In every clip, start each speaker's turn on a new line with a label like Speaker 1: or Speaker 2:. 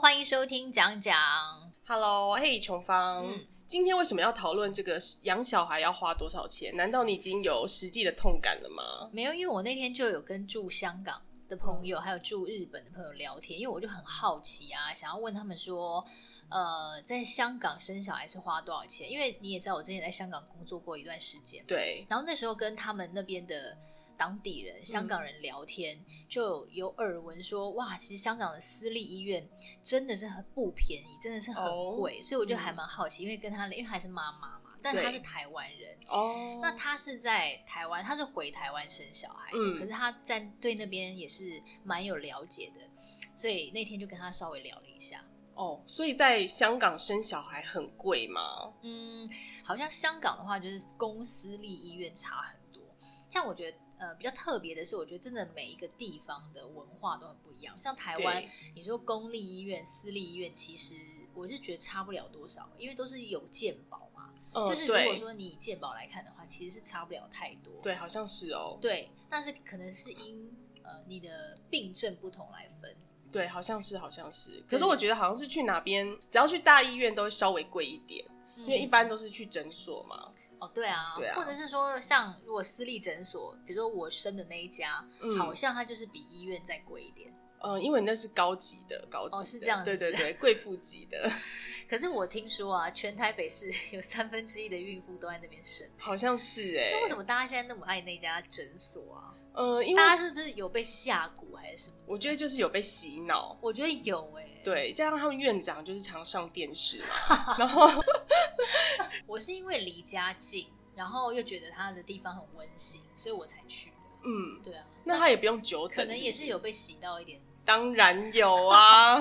Speaker 1: 欢迎收听讲讲。
Speaker 2: Hello，嘿，琼芳。
Speaker 1: 嗯
Speaker 2: 今天为什么要讨论这个养小孩要花多少钱？难道你已经有实际的痛感了吗？
Speaker 1: 没有，因为我那天就有跟住香港的朋
Speaker 2: 嗯
Speaker 1: 友，还有住日本的朋友聊天，因为我就很好奇啊，想要问他们说，呃，在香港生小孩是花多少钱？因为你也知道，我之前在香港工作过一段时间，
Speaker 2: 对，
Speaker 1: 然后那时候跟他们那边的当地
Speaker 2: 嗯
Speaker 1: 人、香港人聊天，就有耳闻说，哇，其实香港的私立医院真的是很不便宜，真的是很
Speaker 2: 哦
Speaker 1: 贵，所以我就还
Speaker 2: 嗯
Speaker 1: 蛮好奇，因为跟他，因为还是妈妈嘛，但
Speaker 2: 对
Speaker 1: 她是台湾人，
Speaker 2: 哦，
Speaker 1: 那他是在台湾，他是回台湾生小孩的，
Speaker 2: 嗯
Speaker 1: 可是他在对那边也是蛮有了解的，所以那天就跟他稍微聊了一下。
Speaker 2: 哦，所以在香港生小孩很贵吗？
Speaker 1: 嗯，好像香港的话，就是公私立医院差很多。像我觉得，呃，比较特别的是，我觉得真的每一个地方的文化都很不一样。像台湾
Speaker 2: 对，
Speaker 1: 你说公立医院、私立医院，其实我是觉得差不了多少，因为都是有健保嘛。
Speaker 2: 嗯，
Speaker 1: 就是如果
Speaker 2: 对
Speaker 1: 说你以健保来看的话，其实是差不了太多。
Speaker 2: 对，好像是哦，
Speaker 1: 对，但是可能是因呃你的病症不同来分。
Speaker 2: 对，好像是，好像是。可是我觉得好像是去哪边，只要去大医院都会稍微贵一点，因为一般都是去诊所嘛。
Speaker 1: 嗯哦，对啊，
Speaker 2: 对啊
Speaker 1: 或者是说像如果私立诊所，比如说我生的那一家，
Speaker 2: 嗯
Speaker 1: 好像它就是比医院再贵一点。
Speaker 2: 嗯，因为那是高级的，高级的，
Speaker 1: 哦是这样
Speaker 2: 对
Speaker 1: 是不是
Speaker 2: 对对，贵妇级的，
Speaker 1: 可是我听说啊，全台北市有三分之一的孕妇都在那边生。
Speaker 2: 好像是哎、
Speaker 1: 那为什
Speaker 2: 么？
Speaker 1: 么大家现在那么爱那家诊所啊？
Speaker 2: 嗯，因为
Speaker 1: 大家是不是有被下蛊还是什么？
Speaker 2: 我觉得就是有被洗脑，
Speaker 1: 我觉得有哎、，
Speaker 2: 对，加上他们院长就是常上电视嘛，
Speaker 1: 我是因为离家近，然后又觉得它的地方很温馨，所以我才去的。
Speaker 2: 嗯，
Speaker 1: 对啊，
Speaker 2: 那他也不用久等，
Speaker 1: 可能也是
Speaker 2: 不
Speaker 1: 有，被洗到一点
Speaker 2: 当然 有啊，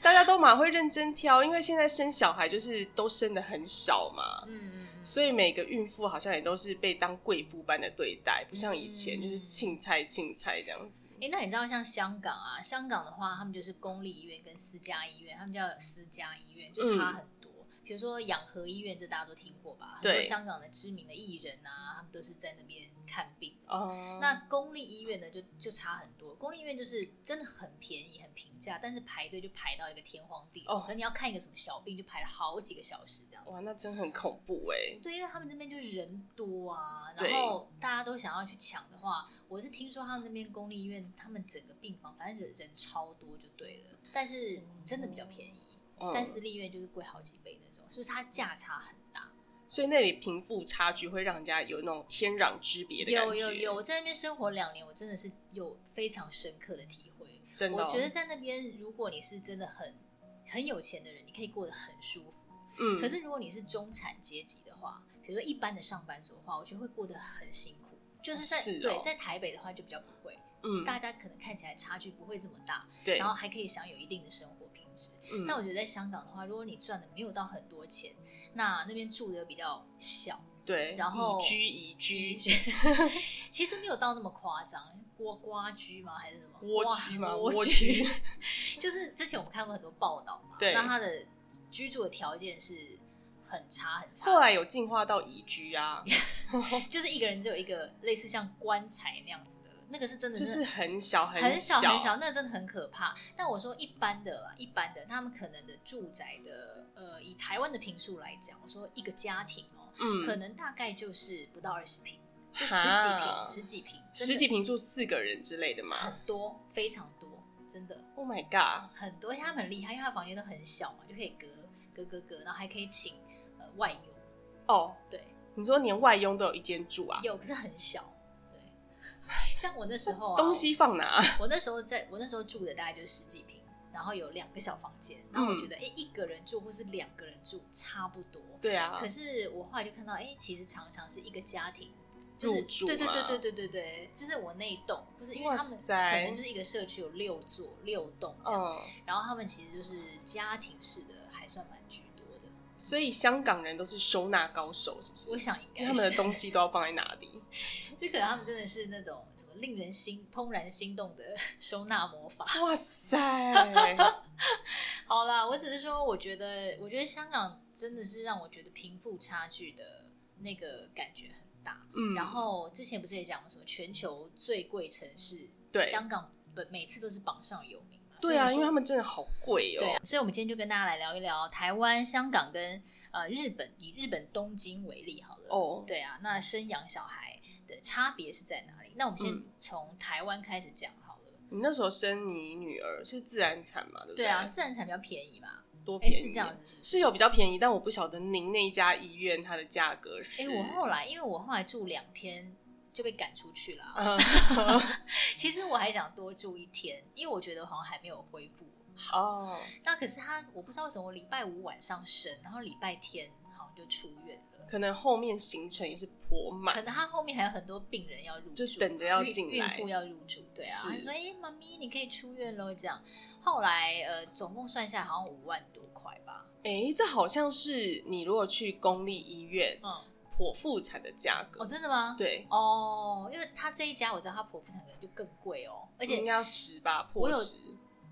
Speaker 2: 大家都蛮会认真挑，因为现在生小孩就是都生的很少嘛。
Speaker 1: 嗯，嗯
Speaker 2: 所以每个孕妇好像也都是被当贵妇般的对待，不像以前
Speaker 1: 嗯
Speaker 2: 就是青菜青菜这样子。
Speaker 1: 哎、诶那你知道像香港啊，香港的话，他们就是公立医院跟私家医院，他们叫私家医院，就差很多。比如说养和医院，这大家都听过吧？很多
Speaker 2: 嗯对
Speaker 1: 香港的知名的艺人啊，他们都是在那边看病的。
Speaker 2: 哦，
Speaker 1: 那公立医院呢，就就差很多。公立医院就是真的很便宜、很平价，但是排队就排到一个天荒地老。
Speaker 2: 哦
Speaker 1: 可能你要看一个什么小病，就排了好几个小时这样子。
Speaker 2: 哇，那真很恐怖哎、
Speaker 1: 对，因为他们那边就是人多啊，
Speaker 2: 对
Speaker 1: 然后大家都想要去抢的话，我是听说他们那边公立医院，他们整个病房反正人人超多就对了，但是真的比较便宜，
Speaker 2: 嗯
Speaker 1: 但私立医院就是贵好几倍那种，就是它价差很大。
Speaker 2: 所以那里贫富差距会让人家有那种天壤之别的感
Speaker 1: 有
Speaker 2: 觉。
Speaker 1: 有有，我在那边生活两年，我真的是有非常深刻的体会。
Speaker 2: 真的哦、
Speaker 1: 我觉得在那边，如果你是真的很很有钱的人，你可以过得很舒服。
Speaker 2: 嗯，
Speaker 1: 可是如果你是中产阶级的话，比如说一般的上班族的话，我觉得会过得很辛苦。就是在
Speaker 2: 是哦
Speaker 1: 对在台北的话就比较不会，
Speaker 2: 嗯，
Speaker 1: 大家可能看起来差距不会这么大，
Speaker 2: 对，
Speaker 1: 然后还可以享有一定的生活品质。
Speaker 2: 嗯
Speaker 1: 但我觉得在香港的话，如果你赚的没有到很多钱，那那边住的比较小，
Speaker 2: 对，
Speaker 1: 然后
Speaker 2: 宜居宜居，
Speaker 1: 其实没有到那么夸张，蜗蜗居吗？还是什么
Speaker 2: 蜗居
Speaker 1: 哇
Speaker 2: 嘛，
Speaker 1: 蜗
Speaker 2: 蜗
Speaker 1: 居
Speaker 2: 居，
Speaker 1: 就是之前我们看过很多报道嘛，
Speaker 2: 对
Speaker 1: 那它的居住的条件是很差很差的，
Speaker 2: 后来有进化到宜居啊，
Speaker 1: 就是一个人只有一个类似像棺材那样子的，那个是真的
Speaker 2: 就是很小
Speaker 1: 很
Speaker 2: 小
Speaker 1: 很小，那个真的很可怕。但我说一般的啦，一般的他们可能的住宅的，呃，以台湾的平数来讲，我说一个家庭哦、可
Speaker 2: 嗯，
Speaker 1: 能大概就是不到二十平，就十几平，
Speaker 2: 哈
Speaker 1: 十几平，真的
Speaker 2: 十几平住四个人之类 的嘛。
Speaker 1: 很多，非常多，真的
Speaker 2: Oh my god，
Speaker 1: 很多。因为他们很厉害，因为他房间都很小嘛，就可以隔隔隔隔，然后还可以请呃外佣，
Speaker 2: 哦，
Speaker 1: 对，
Speaker 2: 你说连外佣都有一间住啊？
Speaker 1: 有可是很小，对。像我那时候啊，
Speaker 2: 东西放哪？
Speaker 1: 我那时候在我那时候住的大概就是十几平，然后有两个小房间，然后我觉
Speaker 2: 嗯
Speaker 1: 得哎、诶一个人住或是两个人住差不多。
Speaker 2: 对啊
Speaker 1: 可，是我后来就看到，哎、其实常常是一个家庭，就是
Speaker 2: 入住
Speaker 1: 对对
Speaker 2: 嘛
Speaker 1: 对对对对对，就是我那一栋，不是因为
Speaker 2: 哇
Speaker 1: 他们可
Speaker 2: 塞
Speaker 1: 能就是一个社区有六座六栋这样，
Speaker 2: 嗯，
Speaker 1: 然后他们其实就是家庭式的，还算蛮居多的。
Speaker 2: 所以香港人都是收纳高手，是不是？
Speaker 1: 我想应
Speaker 2: 因为
Speaker 1: 该
Speaker 2: 他们的
Speaker 1: 是，
Speaker 2: 东西都要放在哪里？
Speaker 1: 就可能他们真的是 那种什么令人心怦然心动的收纳魔法。
Speaker 2: 哇塞，
Speaker 1: 好啦，我只是说，我觉得，我觉得香港真的是让我觉得贫富差距的那个感觉很大。
Speaker 2: 嗯，
Speaker 1: 然后之前不是也讲过什么全球最贵城市，
Speaker 2: 对
Speaker 1: 香港本每次都是榜上有名嘛，
Speaker 2: 对啊，
Speaker 1: 所以你说
Speaker 2: 因为他们真的好贵哦、
Speaker 1: 对、啊，所以我们今天就跟大家来聊一聊台湾、香港跟呃日本，以日本东京为例好了。
Speaker 2: 哦
Speaker 1: 对啊，那生养小孩的差别是在哪里？那我们先
Speaker 2: 嗯
Speaker 1: 从台湾开始讲好了。
Speaker 2: 你那时候生你女儿是自然产嘛？对不
Speaker 1: 对啊，自然产比较便宜嘛。
Speaker 2: 多
Speaker 1: 哎，
Speaker 2: 便宜、啊
Speaker 1: 是这样子。
Speaker 2: 是有比较便宜，但我不晓得您那一家医院它的价格是。
Speaker 1: 哎，我后来因为我后来住两天就被赶出去了啊。
Speaker 2: 嗯
Speaker 1: 其实我还想多住一天，因为我觉得好像还没有恢复。
Speaker 2: 哦，
Speaker 1: 那可是他，我不知道为什么我礼拜五晚上生，然后礼拜天好像就出院了。
Speaker 2: 可能后面行程也是颇
Speaker 1: 可
Speaker 2: 满，
Speaker 1: 能他后面还有很多病人要入住，
Speaker 2: 就等着要进来
Speaker 1: 孕孕妇要入住，对啊。
Speaker 2: 是
Speaker 1: 他说：“哎、妈咪，你可以出院喽。”这样，后来呃，总共算下来好像五万多块吧。
Speaker 2: 哎、这好像是你如果去公立医院
Speaker 1: 嗯，
Speaker 2: 剖腹产的价格，
Speaker 1: 哦，真的吗？。
Speaker 2: 对，
Speaker 1: 哦，因为他这一家我知道他剖腹产可能就更贵哦，而且
Speaker 2: 应该要十吧，
Speaker 1: 我
Speaker 2: 破
Speaker 1: 有
Speaker 2: 十，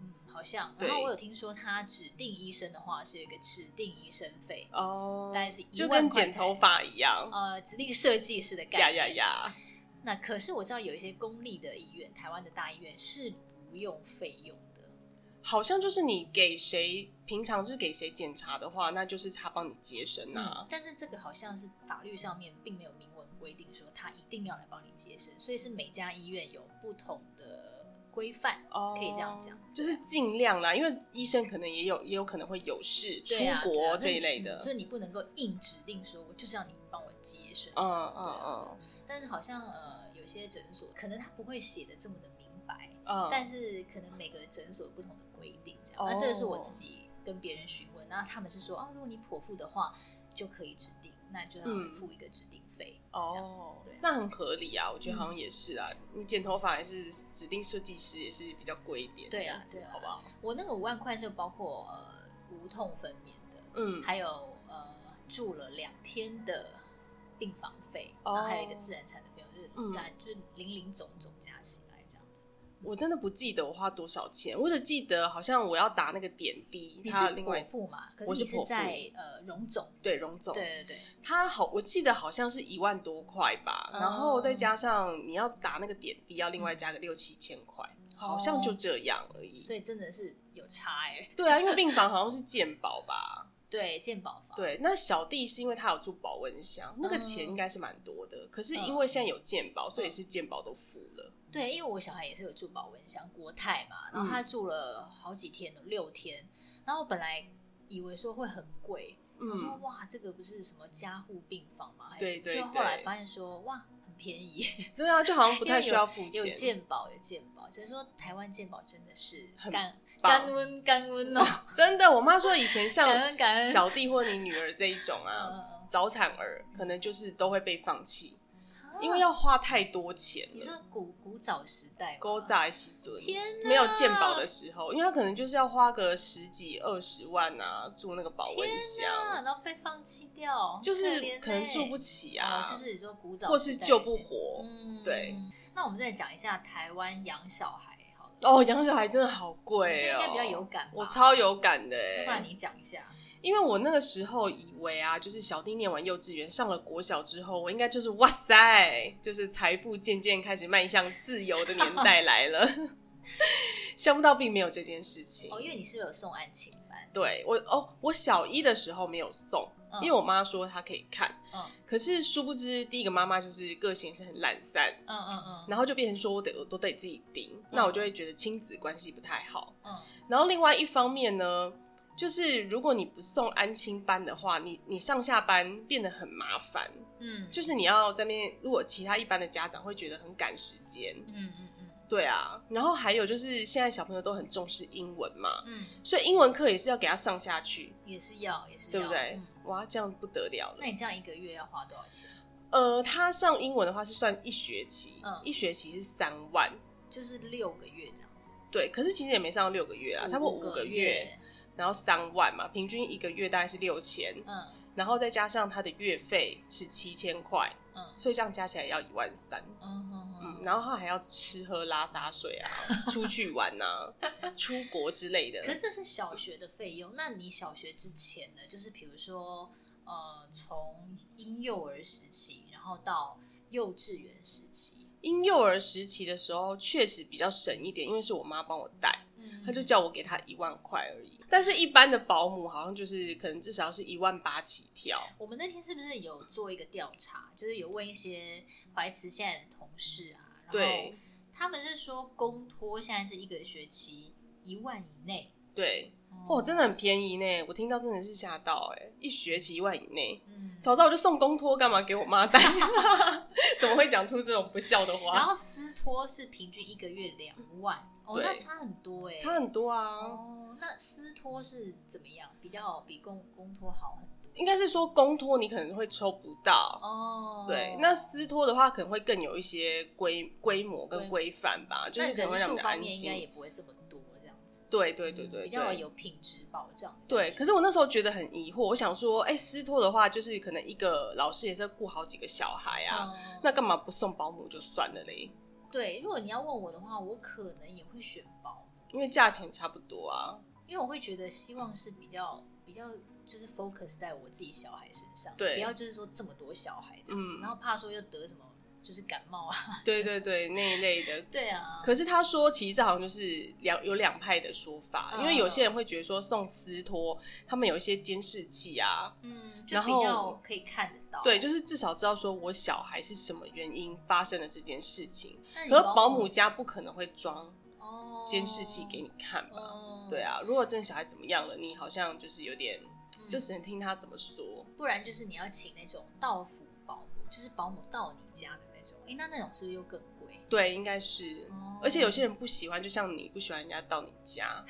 Speaker 1: 嗯，好像。
Speaker 2: 对
Speaker 1: 然后我有听说他指定医生的话是有一个指定医生费，
Speaker 2: 哦
Speaker 1: 大，概是一
Speaker 2: 就
Speaker 1: 万
Speaker 2: 跟
Speaker 1: 块
Speaker 2: 剪头发一
Speaker 1: 台。
Speaker 2: 样，
Speaker 1: 呃，指定设计师的概
Speaker 2: 呀
Speaker 1: 念。
Speaker 2: 呀呀，
Speaker 1: 那可是我知道有一些公立的医院，台湾的大医院是不用费用的。
Speaker 2: 好像就是你给谁平常是给谁检查的话，那就是他帮你接生
Speaker 1: 嗯
Speaker 2: 啊，，
Speaker 1: 但是这个好像是法律上面并没有明文规定说他一定要来帮你接生，所以是每家医院有不同的规范。
Speaker 2: 哦
Speaker 1: 可以这样讲
Speaker 2: 就是尽量啦，因为医生可能也有也有可能会有事出
Speaker 1: 对啊对
Speaker 2: 国
Speaker 1: 啊
Speaker 2: 这一类的
Speaker 1: 嗯，所以你不能够硬指定说我就是要你帮我接生。对
Speaker 2: 嗯嗯
Speaker 1: 啊但是好像呃有些诊所可能他不会写的这么的明白，
Speaker 2: 嗯，
Speaker 1: 但是可能每个诊所有不同的规定这样。
Speaker 2: 哦
Speaker 1: 那这个是我自己跟别人询问，那他们是说哦，如果你剖腹的话就可以指定，那就要
Speaker 2: 嗯
Speaker 1: 付一个指定费。这样子
Speaker 2: 哦
Speaker 1: 对嗯啊，
Speaker 2: 那很合理啊，我觉得好像也是啊。你剪头发也是指定设计师，也是比较贵一点，
Speaker 1: 对啊
Speaker 2: 这样子
Speaker 1: 对啊
Speaker 2: 好不好？
Speaker 1: 我那个五万块是包括呃无痛分娩的，
Speaker 2: 嗯，
Speaker 1: 还有呃住了两天的病房费，
Speaker 2: 哦
Speaker 1: 然后还有一个自然产的费用，就是
Speaker 2: 嗯
Speaker 1: 大概就是零零总总加起来这样子。
Speaker 2: 我真的不记得我花多少钱，我只记得好像我要打那个点滴，
Speaker 1: 你是
Speaker 2: 嗯它另
Speaker 1: 剖
Speaker 2: 外
Speaker 1: 腹嘛？可
Speaker 2: 我
Speaker 1: 是
Speaker 2: 是
Speaker 1: 你是
Speaker 2: 剖腹
Speaker 1: 在呃荣总，
Speaker 2: 对荣总，
Speaker 1: 对对对，
Speaker 2: 它好，我记得好像是一万多块吧，
Speaker 1: 哦
Speaker 2: 然后再加上你要打那个点滴，要另外加个六七千块，好像就这样而已。
Speaker 1: 哦所以真的是有差哎、
Speaker 2: 哦对啊，因为病房好像是健保 吧？
Speaker 1: 对，健保房，
Speaker 2: 对，那小弟是因为他有住保温箱，那个
Speaker 1: 嗯
Speaker 2: 钱应该是蛮多的。可是因为现在有健保，所以是健保都付了。
Speaker 1: 对，因为我小孩也是有住保温箱，国泰嘛，然后
Speaker 2: 嗯
Speaker 1: 他住了好几天了，六天，然后我本来以为说会很贵，我说
Speaker 2: 嗯，
Speaker 1: 哇，这个不是什么加护病房吗？还是什
Speaker 2: 对
Speaker 1: 么
Speaker 2: 对
Speaker 1: 就后来
Speaker 2: 对
Speaker 1: 发现说哇，很便宜，
Speaker 2: 对啊，就好像不太需要付
Speaker 1: 有
Speaker 2: 钱，
Speaker 1: 健保有健保，只能说台湾健保真的是
Speaker 2: 很
Speaker 1: 感
Speaker 2: 棒
Speaker 1: 感恩感恩哦，
Speaker 2: 真的。我妈说以前
Speaker 1: 感
Speaker 2: 像
Speaker 1: 恩感恩。
Speaker 2: 小弟或你女儿这一种啊，
Speaker 1: 嗯
Speaker 2: 早产儿可能就是都会被放弃，
Speaker 1: 啊
Speaker 2: 因为要花太多钱
Speaker 1: 你
Speaker 2: 了。
Speaker 1: 说古古早时代吗，
Speaker 2: 勾仔时尊，
Speaker 1: 天哪
Speaker 2: 没有健保的时候，因为他可能就是要花个十几二十万啊，住那个保温
Speaker 1: 啊，
Speaker 2: 箱，
Speaker 1: 然后被放弃掉，
Speaker 2: 就是
Speaker 1: 怜
Speaker 2: 可能
Speaker 1: 欸
Speaker 2: 住不起啊，
Speaker 1: 哦就是说古早
Speaker 2: 或
Speaker 1: 时
Speaker 2: 是
Speaker 1: 代
Speaker 2: 救
Speaker 1: 的
Speaker 2: 不
Speaker 1: 事
Speaker 2: 活。
Speaker 1: 嗯
Speaker 2: 对。
Speaker 1: 那我们再讲一下台湾养小孩好了，
Speaker 2: 哦，养小孩真的好
Speaker 1: 你现
Speaker 2: 贵
Speaker 1: 在
Speaker 2: 哦，
Speaker 1: 应该比较有，感吧，
Speaker 2: 我超有感的
Speaker 1: 要不
Speaker 2: 哎
Speaker 1: 然，你讲一下，
Speaker 2: 因为我那个时候以为啊，就是小弟念完幼稚园上了国小之后，我应该就是哇塞，就是财富渐渐开始迈向自由的年代来了， 想不到并没有这件事情
Speaker 1: 哦，因为你是有送案情班，
Speaker 2: 对我哦，我小一的时候没有送，
Speaker 1: 嗯
Speaker 2: 因为我妈说她可以看，
Speaker 1: 嗯
Speaker 2: 可是殊不知第一个妈妈就是个性是很懒散，
Speaker 1: 嗯嗯嗯
Speaker 2: 然后就变成说我得我都得自己盯，那我就会觉得亲子关系不太好。
Speaker 1: 嗯，
Speaker 2: 然后另外一方面呢，就是如果你不送安亲班的话，你你上下班变得很麻烦，
Speaker 1: 嗯，
Speaker 2: 就是你要在那边，如果其他一般的家长会觉得很赶时间，
Speaker 1: 嗯嗯嗯
Speaker 2: 对啊。然后还有就是现在小朋友都很重视英文嘛，
Speaker 1: 嗯，
Speaker 2: 所以英文课也是要给他上下去。
Speaker 1: 也是要，也是要，
Speaker 2: 对不对
Speaker 1: 嗯？
Speaker 2: 哇，这样不得了
Speaker 1: 那
Speaker 2: 了。
Speaker 1: 你这样一个月要花多少钱？
Speaker 2: 呃，他上英文的话是算一学期，
Speaker 1: 嗯
Speaker 2: 一学期是三万，
Speaker 1: 就是六个月这样子，
Speaker 2: 对。可是其实也没上到六个月啊，差不多五
Speaker 1: 个
Speaker 2: 个月，，然后三万嘛，平均一个月大概是六千，
Speaker 1: 嗯
Speaker 2: 然后再加上他的月费是七千块，
Speaker 1: 嗯
Speaker 2: 所以这样加起来要一万三。
Speaker 1: 嗯嗯
Speaker 2: 嗯，
Speaker 1: 嗯，
Speaker 2: 然后他还要吃喝拉撒睡 啊，出去玩啊，出国之类的。
Speaker 1: 可是这是小学的费用，那你小学之前呢？就是比如说，呃，从婴幼儿时期，然后到幼稚园时期，
Speaker 2: 婴幼儿时期的时候确实比较省一点，因为是我妈帮我带。
Speaker 1: 嗯
Speaker 2: 他就叫我给他一万块而已。但是，一般的保姆好像就是可能至少是一万八起跳。
Speaker 1: 我们那天是不是有做一个调查，就是有问一些怀慈现在的同事啊，然后
Speaker 2: 对
Speaker 1: 他们是说公托现在是一个学期一万以内，
Speaker 2: 对，哇，
Speaker 1: 哦，
Speaker 2: 真的很便宜呢！我听到真的是吓到哎、一学期一万以内，
Speaker 1: 嗯，
Speaker 2: 早知道我就送公托干嘛给我妈 带？ 怎么会讲出这种不孝的
Speaker 1: 然
Speaker 2: 话？
Speaker 1: 后私托是平均一个月两万，哦，
Speaker 2: 对
Speaker 1: 那差很多哎、
Speaker 2: 差很多啊，
Speaker 1: 哦，那私托是怎么样？比较比公公托好很多
Speaker 2: 应该是说公托你可能会抽不到，
Speaker 1: 哦。
Speaker 2: 对，那私托的话可能会更有一些规规模跟规范吧，就
Speaker 1: 那
Speaker 2: 是可能会
Speaker 1: 人
Speaker 2: 让
Speaker 1: 数
Speaker 2: 你
Speaker 1: 方
Speaker 2: 安
Speaker 1: 面应该也
Speaker 2: 心。
Speaker 1: 不会这么多这样子。
Speaker 2: 对对对对，
Speaker 1: 比较
Speaker 2: 对
Speaker 1: 有品质保障。
Speaker 2: 对，可是我那时候觉得很疑惑，我想说，哎、私托的话，就是可能一个老师也是要顾好几个小孩啊，
Speaker 1: 嗯
Speaker 2: 那干嘛不送保姆就算了嘞？
Speaker 1: 对，如果你要问我的话，我可能也会选保姆，
Speaker 2: 因为价钱差不多啊。
Speaker 1: 因为我会觉得希望是比较比较就是 focus 在我自己小孩身上，
Speaker 2: 对
Speaker 1: 不要就是说这么多小孩这样子，
Speaker 2: 嗯
Speaker 1: 然后怕说又得什么就是感冒啊，
Speaker 2: 对对对，那一类的。
Speaker 1: 对啊，
Speaker 2: 可是他说，其实这好像就是两有两派的说法，
Speaker 1: 嗯
Speaker 2: 因为有些人会觉得说送私托，他们有一些监视器啊，
Speaker 1: 嗯，就
Speaker 2: 然
Speaker 1: 比
Speaker 2: 后
Speaker 1: 较可以看得到。
Speaker 2: 对，就是至少知道说我小孩是什么原因发生了这件事情。
Speaker 1: 那你
Speaker 2: 可是保姆家不可能会装
Speaker 1: 哦
Speaker 2: 监视器给你看吧？
Speaker 1: 哦，
Speaker 2: 对，啊，如果真的小孩怎么样了，你好像就是有点，
Speaker 1: 嗯
Speaker 2: 就只能听他怎么说。
Speaker 1: 不然就是你要请那种到府保姆，就是保姆到你家的那种，哎，那那种是不是又更贵？
Speaker 2: 对，应该是。
Speaker 1: 哦
Speaker 2: 而且有些人不喜欢，就像你不喜欢人家到你 家，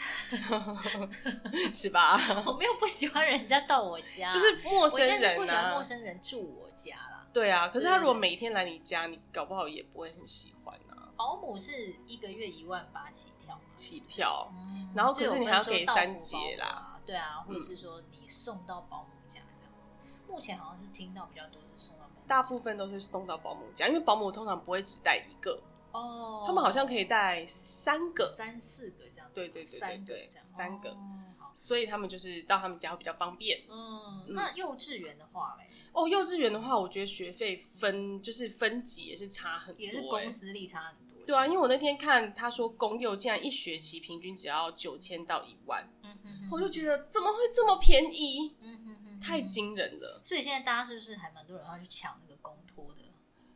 Speaker 2: 是吧？
Speaker 1: 我哦 没有不喜欢人家到我家，
Speaker 2: 就是陌
Speaker 1: 啊我应
Speaker 2: 生
Speaker 1: 该是不
Speaker 2: 人
Speaker 1: 喜欢
Speaker 2: 啊
Speaker 1: 陌，生人住我家啦。
Speaker 2: 对啊。可是他
Speaker 1: 对
Speaker 2: 如果每天来你家，你搞不好也不会很喜欢啊，
Speaker 1: 保姆是一个月一万八起跳嘛，
Speaker 2: 起跳。
Speaker 1: 嗯
Speaker 2: 然后可是
Speaker 1: 就有
Speaker 2: 你还要
Speaker 1: 分说
Speaker 2: 给
Speaker 1: 到府
Speaker 2: 三节啦
Speaker 1: 保姆啊，对啊，或者
Speaker 2: 嗯
Speaker 1: 是说你送到保姆家这样子。目前好像是听到比较多是送到保姆家，
Speaker 2: 大部分都是送到保姆家，因为保姆通常不会只带一个，
Speaker 1: 哦，
Speaker 2: 他们好像可以带三个，
Speaker 1: 三四个这样子，
Speaker 2: 对对对对
Speaker 1: 三个
Speaker 2: 对
Speaker 1: 这样，
Speaker 2: 三个
Speaker 1: 哦好
Speaker 2: 所以他们就是到他们家会比较方便。
Speaker 1: 嗯，
Speaker 2: 嗯
Speaker 1: 那幼稚园的话嘞，
Speaker 2: 哦，幼稚园的话，我觉得学费分就是分级也是差很多、
Speaker 1: 也是
Speaker 2: 欸
Speaker 1: 公私立差很多。
Speaker 2: 对啊，因为我那天看他说公幼竟然一学期平均只要九千到一万，
Speaker 1: 嗯哼哼，
Speaker 2: 我就觉得怎么会这么便宜？
Speaker 1: 嗯哼哼，
Speaker 2: 太惊人了！
Speaker 1: 所以现在大家是不是还蛮多人要去抢那个公托的？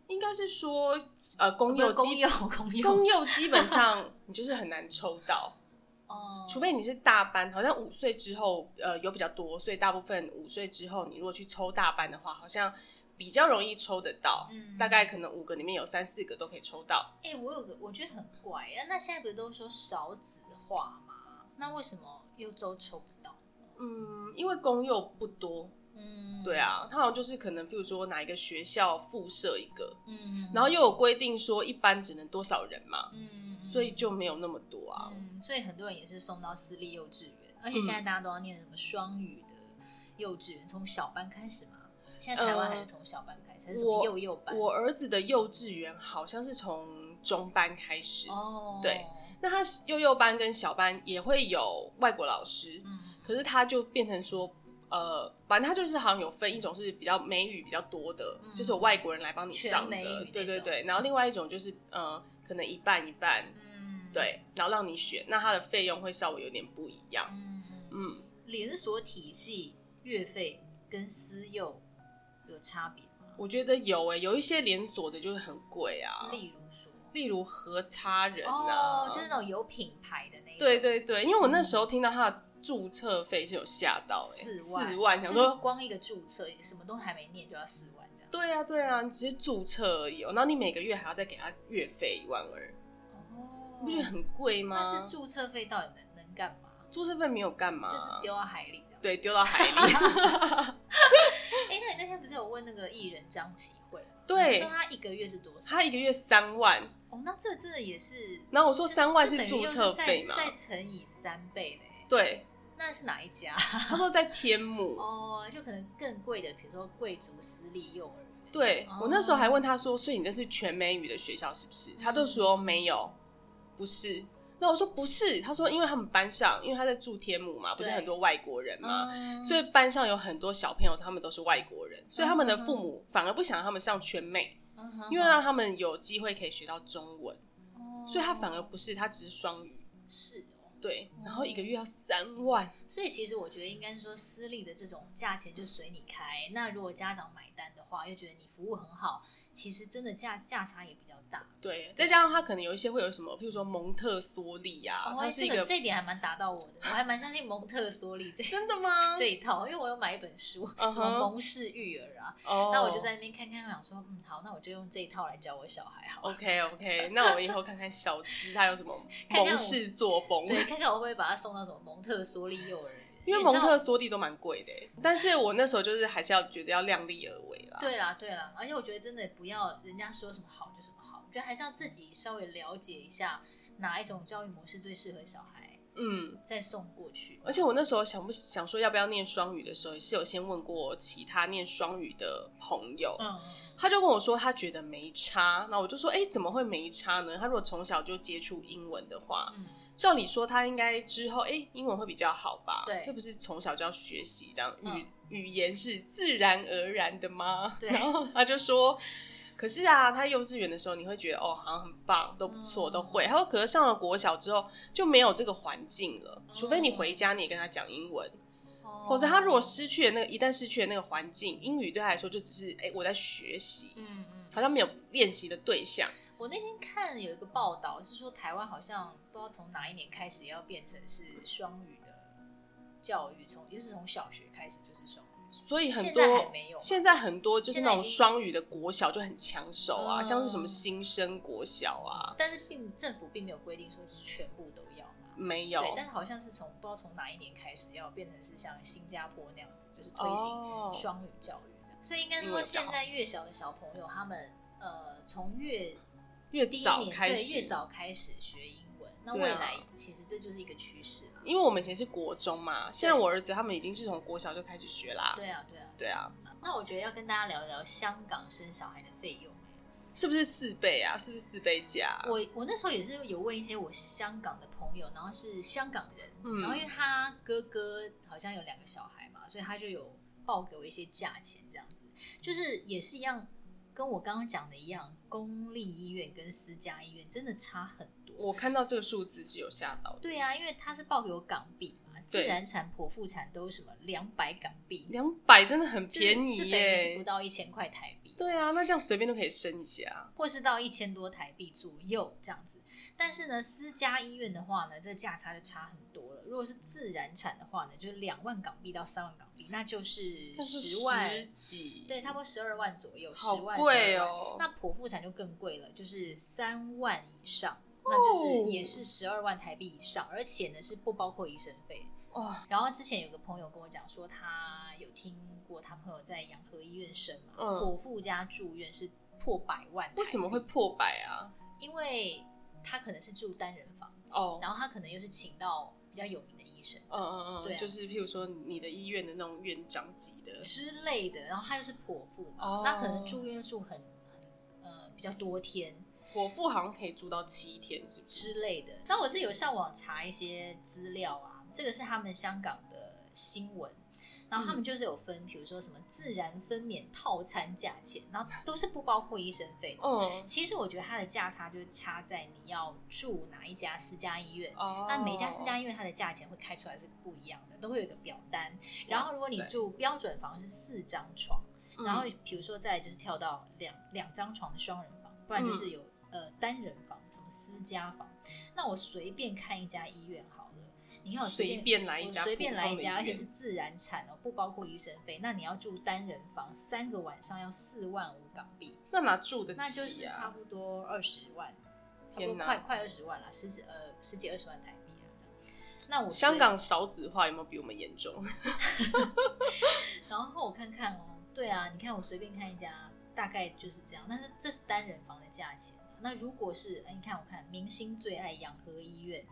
Speaker 2: 应该是说，呃，公
Speaker 1: 哦不
Speaker 2: 幼
Speaker 1: 是公
Speaker 2: 基
Speaker 1: 幼公幼
Speaker 2: 公幼基本上你就是很难抽到，
Speaker 1: 哦，
Speaker 2: 除非你是大班，好像五岁之后，呃，有比较多，所以大部分五岁之后，你如果去抽大班的话，好像比较容易抽得到，
Speaker 1: 嗯
Speaker 2: 大概可能五个里面有三四个都可以抽到。
Speaker 1: 哎、我有个我觉得很怪啊，那现在不是都说少子化吗？那为什么又都抽不到？
Speaker 2: 嗯，因为公幼不多，
Speaker 1: 嗯，
Speaker 2: 对，啊，它好像就是可能，比如说哪一个学校附设一个，
Speaker 1: 嗯，
Speaker 2: 然后又有规定说一班只能多少人嘛，
Speaker 1: 嗯，
Speaker 2: 所以就没有那么多啊。
Speaker 1: 嗯，所以很多人也是送到私立幼稚园，而且现在
Speaker 2: 嗯
Speaker 1: 大家都要念什么双语的幼稚园，从小班开始嘛。现在台湾还是从小班开始，还是什么
Speaker 2: 呃我
Speaker 1: 幼幼班？
Speaker 2: 我儿子的幼稚园好像是从中班开始，
Speaker 1: 哦，
Speaker 2: 对，那他幼幼班跟小班也会有外国老师，
Speaker 1: 嗯，
Speaker 2: 可是他就变成说。呃，反正他就是好像有分一种是比较美语比较多的，
Speaker 1: 嗯
Speaker 2: 就是有外国人来帮你
Speaker 1: 全
Speaker 2: 上
Speaker 1: 美语那
Speaker 2: 的
Speaker 1: 种，
Speaker 2: 对对对。然后另外一种就是呃，可能一半一半，
Speaker 1: 嗯，
Speaker 2: 对，然后让你选，那它的费用会稍微有点不一样。
Speaker 1: 嗯，嗯，
Speaker 2: 嗯，
Speaker 1: 连锁体系月费跟私幼有差别吗？
Speaker 2: 我觉得有诶、有一些连锁的就是很贵啊，
Speaker 1: 例如说，
Speaker 2: 例如和差人啊，
Speaker 1: 哦，就是那种有品牌的那一种，
Speaker 2: 对对对，因为我那时候听到它的注册费是有吓到诶、
Speaker 1: 四
Speaker 2: 四
Speaker 1: 万，
Speaker 2: 万，想
Speaker 1: 就是
Speaker 2: 说。
Speaker 1: 光一个注册，什么都还没念就要四万这样。
Speaker 2: 对啊，对啊，你只是注册而已、哦，然后你每个月还要再给他月费一万二，
Speaker 1: 哦，
Speaker 2: 你不觉得很贵吗？
Speaker 1: 那这嗯注册费到底能能干嘛？
Speaker 2: 注册费没有干嘛，
Speaker 1: 就是丢到海里这样。
Speaker 2: 对丢到海 里。
Speaker 1: 哎、那你那天不是有问那个艺人张启慧吗？
Speaker 2: 对
Speaker 1: 你说他一个月是多少？
Speaker 2: 他一个月三万，
Speaker 1: 哦，那这真的也是，
Speaker 2: 然后我说三万
Speaker 1: 这等于
Speaker 2: 注
Speaker 1: 又
Speaker 2: 册费嘛，
Speaker 1: 再再乘以三倍嘞。
Speaker 2: 对，
Speaker 1: 那是哪一家？
Speaker 2: 他说在天母，
Speaker 1: 哦，就可能更贵的，比如说贵族私立幼儿园。
Speaker 2: 对
Speaker 1: 哦嗯
Speaker 2: 我那时候还问他说，所以你这是全美语的学校是不是？他就说没有，不是。那我说不是，他说因为他们班上，因为他在住天母嘛，不是
Speaker 1: 对
Speaker 2: 很多外国人嘛，
Speaker 1: 嗯
Speaker 2: 所以班上有很多小朋友，他们都是外国人，所以他们的父母反而不想让他们上全美，
Speaker 1: 嗯哼
Speaker 2: 因为让他们有机会可以学到中文，
Speaker 1: 哦
Speaker 2: 所以他反而不是，他只是双语。
Speaker 1: 是哦。
Speaker 2: 对，然后一个月要三万，
Speaker 1: 所以其实我觉得应该是说私立的这种价钱就随你开，那如果家长买单的话，又觉得你服务很好，其实真的价价差也比较大。
Speaker 2: 对，再加上它可能有一些会有什么，譬如说蒙特梭利呀、
Speaker 1: 哦，
Speaker 2: 啊它是
Speaker 1: 这
Speaker 2: 一个
Speaker 1: 个这一点还蛮打到我的，我还蛮相信蒙特梭利这
Speaker 2: 真的吗？
Speaker 1: 这一套，因为我有买一本书，
Speaker 2: 嗯哼
Speaker 1: 什么蒙氏育儿啊，
Speaker 2: 哦
Speaker 1: 那我就在那边看看，我想说，嗯，好，那我就用这一套来教我小孩好了。
Speaker 2: OK OK，那 我们以后看看小资他有什么
Speaker 1: 看看我
Speaker 2: 蒙氏作风，
Speaker 1: 对，看看我会不会把他送到什么蒙特梭利幼儿园，
Speaker 2: 因为
Speaker 1: 你知
Speaker 2: 蒙
Speaker 1: 道
Speaker 2: 特梭利都蛮贵的欸，但是我那时候就是还是要觉得要量力而为啦。
Speaker 1: 对啦，对啦，而且我觉得真的不要人家说什么好就什么好，我觉得还是要自己稍微了解一下哪一种教育模式最适合小孩，
Speaker 2: 嗯，
Speaker 1: 再送过去。
Speaker 2: 而且我那时候想不想说要不要念双语的时候，也是有先问过其他念双语的朋友，
Speaker 1: 嗯，
Speaker 2: 他就跟我说他觉得没差，那我就说哎、诶怎么会没差呢？他如果从小就接触英文的话，
Speaker 1: 嗯，
Speaker 2: 照理说他应该之后哎、诶英文会比较好吧？
Speaker 1: 对
Speaker 2: 又不是从小就要学习这样语、
Speaker 1: 嗯
Speaker 2: 语言是自然而然的吗？
Speaker 1: 对
Speaker 2: 然后他就说。可是啊，他幼稚园的时候，你会觉得哦，好像很棒，都不错，
Speaker 1: 嗯
Speaker 2: 都会。他说，可是上了国小之后就没有这个环境了，除非你回家你也跟他讲英文，
Speaker 1: 嗯哦
Speaker 2: 否则他如果，失去了那个，一旦失去了那个环境，英语对他来说就只是哎、诶我在学习，
Speaker 1: 嗯嗯，
Speaker 2: 好像没有练习的对象。
Speaker 1: 我那天看有一个报道是说，台湾好像不知道从哪一年开始要变成是双语的教育，从就是从小学开始就是双语，
Speaker 2: 所以很
Speaker 1: 现
Speaker 2: 多
Speaker 1: 在还没有吗
Speaker 2: 现在很多就是
Speaker 1: 现
Speaker 2: 那
Speaker 1: 在已
Speaker 2: 种
Speaker 1: 经
Speaker 2: 双语的国小就很抢手啊，
Speaker 1: 嗯
Speaker 2: 像是什么新生国小啊，
Speaker 1: 但是并政府并没有规定说就是全部都要嘛。
Speaker 2: 没有
Speaker 1: 对，但是好像是从不知道从哪一年开始要变成是像新加坡那样子，就是推行
Speaker 2: 哦，
Speaker 1: 双语教育这样。所以应该是
Speaker 2: 英
Speaker 1: 说，
Speaker 2: 文教
Speaker 1: 现在越小的小朋友，他们呃从越
Speaker 2: 越
Speaker 1: 低
Speaker 2: 早
Speaker 1: 年
Speaker 2: 开
Speaker 1: 对
Speaker 2: 始，
Speaker 1: 越早开始学英文，那
Speaker 2: 对
Speaker 1: 未
Speaker 2: 啊
Speaker 1: 来其实这就是一个趋势啦。
Speaker 2: 因为我们以前是国中嘛，现在我儿子他们已经是从国小就开始学啦。
Speaker 1: 对啊，对啊。
Speaker 2: 对啊，
Speaker 1: 那我觉得要跟大家聊一聊香港生小孩的费用。
Speaker 2: 是不是四倍啊？是不是四倍加？
Speaker 1: 我我那时候也是有问一些我香港的朋友，然后是香港人，
Speaker 2: 嗯
Speaker 1: 然后因为他哥哥好像有两个小孩嘛，所以他就有报给我一些价钱，这样子，就是也是一样，跟我刚刚讲的一样，公立医院跟私家医院真的差很多。
Speaker 2: 我看到这个数字是有吓到的，
Speaker 1: 对啊，因为他是报给我港币嘛，自
Speaker 2: 对
Speaker 1: 然产、剖腹产都什么两百港币，
Speaker 2: 两百真的很
Speaker 1: 就是
Speaker 2: 便宜
Speaker 1: 就等于是不
Speaker 2: 耶。
Speaker 1: 到一千块台币。
Speaker 2: 对啊，那这样随便都可以生一下。啊
Speaker 1: 或是到一千多台币左右这样子。但是呢，私家医院的话呢，这价差就差很多了。如果是自然产的话呢，就是两万港币到三万港币，那就是
Speaker 2: 这样是
Speaker 1: 十万，
Speaker 2: 十几，
Speaker 1: 对，差不多十二万左右，
Speaker 2: 好
Speaker 1: 十万
Speaker 2: 贵
Speaker 1: 12万
Speaker 2: 哦。
Speaker 1: 那剖腹产就更贵了，就是三万以上，那
Speaker 2: 哦
Speaker 1: 就是也是十二万台币以上，而且呢是不包括医生费。
Speaker 2: 哇，
Speaker 1: 然后之前有个朋友跟我讲说，他有听过他朋友在洋河医院生嘛，
Speaker 2: 嗯
Speaker 1: 剖腹加住院是破百万台币，
Speaker 2: 为什么会破百啊？
Speaker 1: 因为他可能是住单人房，
Speaker 2: 哦，
Speaker 1: 然后他可能又是请到比较有名的医生
Speaker 2: 嗯嗯
Speaker 1: 对啊
Speaker 2: 嗯，就是譬如说你的医院的那种院长级的，
Speaker 1: 之类的，然后他又是剖腹嘛，
Speaker 2: 哦
Speaker 1: 那可能住院住很很呃比较多天
Speaker 2: 火腹好像可以住到七天，是不是？
Speaker 1: 之类的。那我自己有上网查一些资料啊，这个是他们香港的新闻。然后他
Speaker 2: 嗯
Speaker 1: 们就是有分，比如说什么自然分娩套餐价钱，然后都是不包括医生费的。
Speaker 2: 嗯，
Speaker 1: 其实我觉得它的价差就是差在你要住哪一家私家医院，
Speaker 2: 哦，
Speaker 1: 那每一家私家医院它的价钱会开出来是不一样的，都会有一个表单。然后如果你
Speaker 2: 哇塞
Speaker 1: 住标准房是四张床，
Speaker 2: 嗯，
Speaker 1: 然后比如说再就是跳到两两张床的双人房，不
Speaker 2: 嗯
Speaker 1: 然就是有、呃单人房，什么私家房。那我随便看一家医院好了，你看我
Speaker 2: 随
Speaker 1: 便。
Speaker 2: 便来一家，
Speaker 1: 我随便来一家，而且是
Speaker 2: 是
Speaker 1: 自然产哦，不包括医生费。那你要住单人房，三个晚上要四万五港币，
Speaker 2: 那哪住得
Speaker 1: 那就
Speaker 2: 起
Speaker 1: 是差
Speaker 2: 啊？
Speaker 1: 不多二十万，差不多
Speaker 2: 天哪
Speaker 1: 快快二十万了，十几呃十几二十万台币啊这样。那我
Speaker 2: 香，港少子化有没有比我们严重？
Speaker 1: 然后我看看哦，对啊，你看我随便看一家，大概就是这样。但是这是单人房的价钱啊。那如果是哎，你看我看明星最爱养和医院，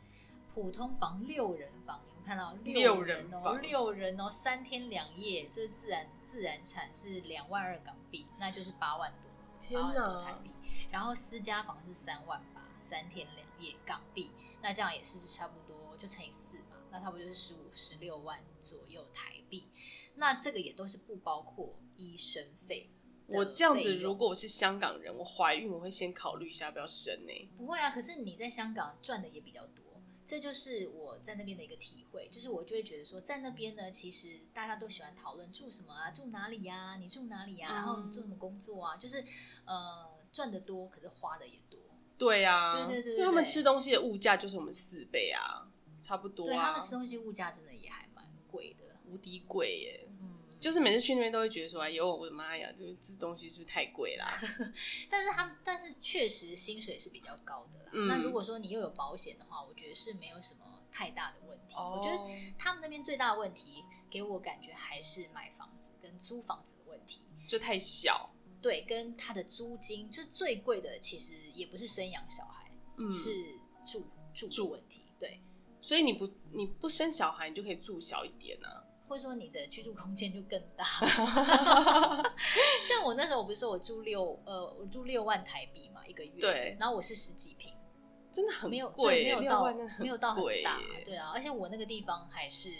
Speaker 1: 普通房六人房，有没有看到
Speaker 2: 六人
Speaker 1: 人哦，
Speaker 2: 房
Speaker 1: 六人哦，三天两夜，这自然自然产是两万二港币，那就是八万多。
Speaker 2: 天
Speaker 1: 八万多啊台
Speaker 2: 哪！
Speaker 1: 币，然后私家房是三万八，三天两夜港币，那这样也是差不多就乘以四嘛，那差不多就是十五十六万左右台币，那这个也都是不包括医生费的费用。
Speaker 2: 我这样子，如果我是香港人，我怀孕我会先考虑一下要不要生呢、欸
Speaker 1: 不会啊，可是你在香港赚的也比较多，这就是我在那边的一个体会，就是我就会觉得说，在那边呢，其实大家都喜欢讨论住什么啊，住哪里呀、你住哪里呀、
Speaker 2: 嗯
Speaker 1: 然后你做什么工作啊，就是呃赚的多，可是花的也多。
Speaker 2: 对啊，
Speaker 1: 对对对对
Speaker 2: 因为他们
Speaker 1: 对
Speaker 2: 吃东西的物价就是我们四倍啊，差不多
Speaker 1: 对他
Speaker 2: 啊
Speaker 1: 们，吃东西物价真的也还蛮贵的，
Speaker 2: 无敌贵耶。
Speaker 1: 嗯，
Speaker 2: 就是每次去那边都会觉得说，哎呦，我的妈呀，这这东西是不是太贵啦？
Speaker 1: 但是他们但是确实薪水是比较高的啦。
Speaker 2: 嗯
Speaker 1: 那如果说你又有保险的话，我觉得是没有什么太大的问题。我
Speaker 2: 哦
Speaker 1: 觉得他们那边最大的问题，给我感觉还是买房子跟租房子的问题。
Speaker 2: 就太小，
Speaker 1: 对，跟它的租金，就最贵的其实也不是生养小孩，
Speaker 2: 嗯，。
Speaker 1: 是住住住问题。对，
Speaker 2: 所以你不你不生小孩，你就可以住小一点啊。
Speaker 1: 或者说你的居住空间就更 大。像我那时候，我不是说我住六呃，我住六万台币嘛一个月，
Speaker 2: 对
Speaker 1: 然后我是十几平。
Speaker 2: 真的很
Speaker 1: 没有
Speaker 2: 贵
Speaker 1: 对，
Speaker 2: 耶，
Speaker 1: 没有
Speaker 2: 六
Speaker 1: 到
Speaker 2: 万真的
Speaker 1: 没有到很
Speaker 2: 贵
Speaker 1: 大
Speaker 2: 耶，
Speaker 1: 对啊，而且我那个地方还是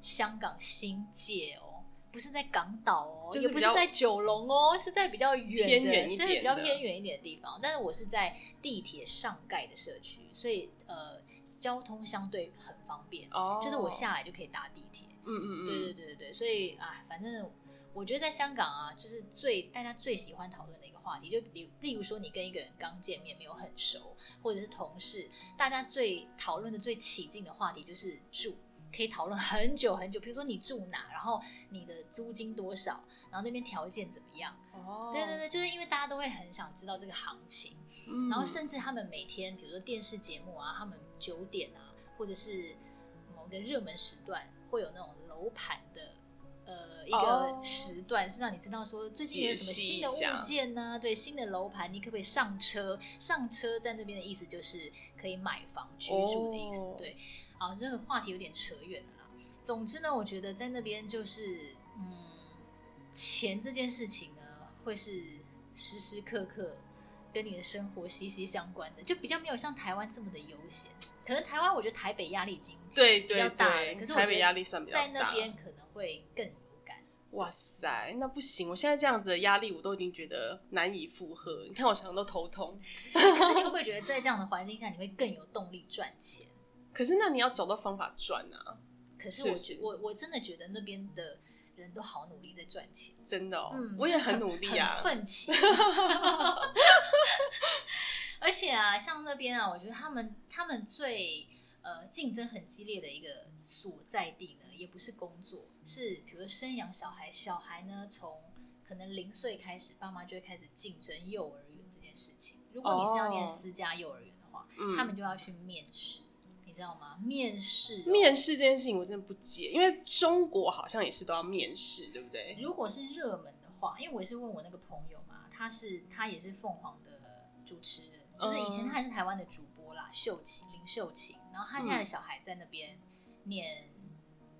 Speaker 1: 香港新界哦，不是在港岛哦，
Speaker 2: 就
Speaker 1: 也
Speaker 2: 是
Speaker 1: 不
Speaker 2: 比
Speaker 1: 是
Speaker 2: 较
Speaker 1: 在九龙哦，是在比较远的
Speaker 2: 偏远一
Speaker 1: 对，
Speaker 2: 点
Speaker 1: 比较
Speaker 2: 的
Speaker 1: 偏远一点的地方。但是我是在地铁上盖的社区，所以呃，交通相对很方便，
Speaker 2: 哦，
Speaker 1: 就是我，下来就可以搭地铁。
Speaker 2: 嗯嗯嗯，
Speaker 1: 对对对对对，所以啊，反正我觉得在香港啊，就是最大家最喜欢讨论的一个话题，就比例如说你跟一个人刚见面没有很熟，或者是同事，大家最讨论的最起劲的话题就是住。可以讨论很久很久，比如说你住哪，然后你的租金多少，然后那边条件怎么样？
Speaker 2: 哦，
Speaker 1: 对对对，就是因为大家都会很想知道这个行情。
Speaker 2: 嗯，
Speaker 1: 然后甚至他们每天，比如说电视节目啊，他们九点啊，或者是某个热门时段，会有那种楼盘的呃一
Speaker 2: 哦
Speaker 1: 个时段，是让你知道说最近有什么新的
Speaker 2: 解析一下
Speaker 1: 物件呢、对，新的楼盘，你可不可以上车？上车在那边的意思就是可以买房居住的意思。
Speaker 2: 哦
Speaker 1: 对，啊，这个话题有点扯远了啦。总之呢，我觉得在那边就是，嗯，钱这件事情呢，会是时时刻刻跟你的生活息息相关的，就比较没有像台湾这么的悠闲。可能台湾我觉得台北压力已经
Speaker 2: 对
Speaker 1: 比较
Speaker 2: 对
Speaker 1: 大了
Speaker 2: 对，
Speaker 1: 可是我
Speaker 2: 台
Speaker 1: 觉
Speaker 2: 北
Speaker 1: 得
Speaker 2: 压力算比较
Speaker 1: 在
Speaker 2: 大，
Speaker 1: 那边可能会更有感。
Speaker 2: 哇塞，那不行！我现在这样子的压力，我都已经觉得难以负荷。你看我常常都头痛。
Speaker 1: 可是你会不会觉得在这样的环境下，你会更有动力赚钱？
Speaker 2: 可是那你要找到方法赚啊，
Speaker 1: 可
Speaker 2: 是
Speaker 1: 是我
Speaker 2: 不是
Speaker 1: 我我真的觉得那边的人都好努力在赚钱。
Speaker 2: 真的哦，
Speaker 1: 嗯，
Speaker 2: 我也很努力啊
Speaker 1: 很。奋起。 而且啊，像那边啊，我觉得他们他们最呃竞争很激烈的一个所在地呢，也不是工作，是比如说生养小孩，小孩呢从可能零岁开始，爸妈就会开始竞争幼儿园这件事情。如果你是要
Speaker 2: 哦
Speaker 1: 念私家幼儿园的话，
Speaker 2: 嗯
Speaker 1: 他们就要去面试，你知道吗？面试哦、
Speaker 2: 面试这件事情我真的不解，因为中国好像也是都要面试，对不对？
Speaker 1: 如果是热门的话，因为我也是问我那个朋友嘛，他是他也是凤凰的主持人，就是以前
Speaker 2: 嗯
Speaker 1: 他还是台湾的主播啦，秀琴林秀琴，然后他现在
Speaker 2: 嗯
Speaker 1: 的小孩在那边念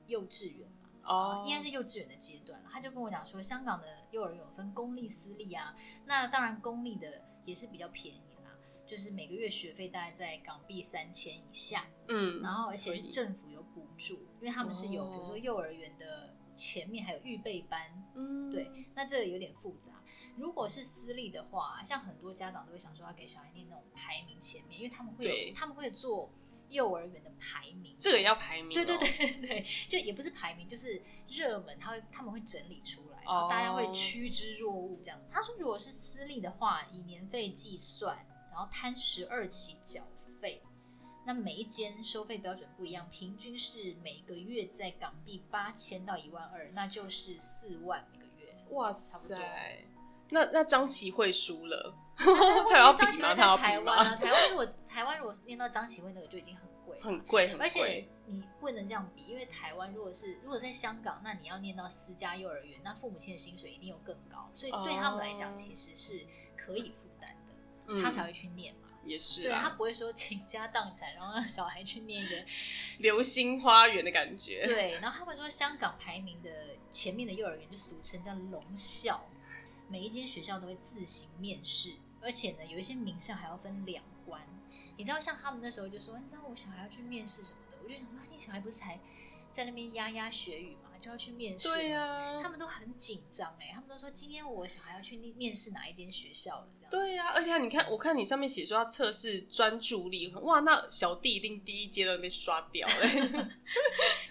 Speaker 1: 幼稚园嘛，
Speaker 2: 哦，
Speaker 1: 应该是幼稚园的阶段了，他就跟我讲说，香港的幼儿园有分公立、私立啊，那当然公立的也是比较便宜啦，就是每个月学费大概在港币三千以下，
Speaker 2: 嗯，
Speaker 1: 然后而且
Speaker 2: 可
Speaker 1: 是
Speaker 2: 以
Speaker 1: 政府有补助，因为他们是有，比如
Speaker 2: 哦
Speaker 1: 说幼儿园的前面还有预备班，
Speaker 2: 嗯
Speaker 1: 对，那这个有点复杂。如果是私立的话，像很多家长都会想说要给小孩念那种排名前面，因为他们会
Speaker 2: 对
Speaker 1: 有他们会做幼儿园的排名。
Speaker 2: 这个也要排名、哦
Speaker 1: 对对，对对，就也不是排名，就是热门，他会他们会整理出来，然
Speaker 2: 哦
Speaker 1: 后大家会趋之若鹜这样。他说，如果是私立的话，以年费计算，然后摊十二期缴费，那每一间收费标准不一样，平均是每个月在港币八千到一万二，那就是四万每个月。
Speaker 2: 哇塞，那那张琪慧输 了，
Speaker 1: 他
Speaker 2: 要比
Speaker 1: 张启
Speaker 2: 吗
Speaker 1: 慧
Speaker 2: 他
Speaker 1: 在
Speaker 2: 要
Speaker 1: 台湾
Speaker 2: 比
Speaker 1: 啊，
Speaker 2: 吗
Speaker 1: 台湾如果台湾如果念到张启慧那个就已经很贵了，
Speaker 2: 很贵很
Speaker 1: 而
Speaker 2: 贵
Speaker 1: 且，你不能这样比，因为台湾如果是如果在香港，那你要念到私家幼儿园，那父母亲的薪水一定又更高，所以对他们来
Speaker 2: 哦
Speaker 1: 讲其实是可以负担的，
Speaker 2: 嗯
Speaker 1: 他才会去念嘛。
Speaker 2: 也是
Speaker 1: 对他
Speaker 2: 啊，
Speaker 1: 不会说 倾家荡产，然后让小孩去念一个。
Speaker 2: 流星花园的感觉。
Speaker 1: 对，然后他们说香港排名的前面的幼儿园就俗称叫龙校，每一间学校都会自行面试，而且呢，有一些名校还要分两关。你知道，像他们那时候就说，你知道我小孩要去面试什么的，我就想说，啊你小孩不是才在那边压压学语嘛，就要去面试。
Speaker 2: 对呀、
Speaker 1: 啊他们都很紧张哎，他们都说今天我小孩要去面面试哪一间学校了，这样。
Speaker 2: 对啊呀、而且你看，我看你上面写说要测试专注力，哇，那小弟一定第一阶段被刷 掉了。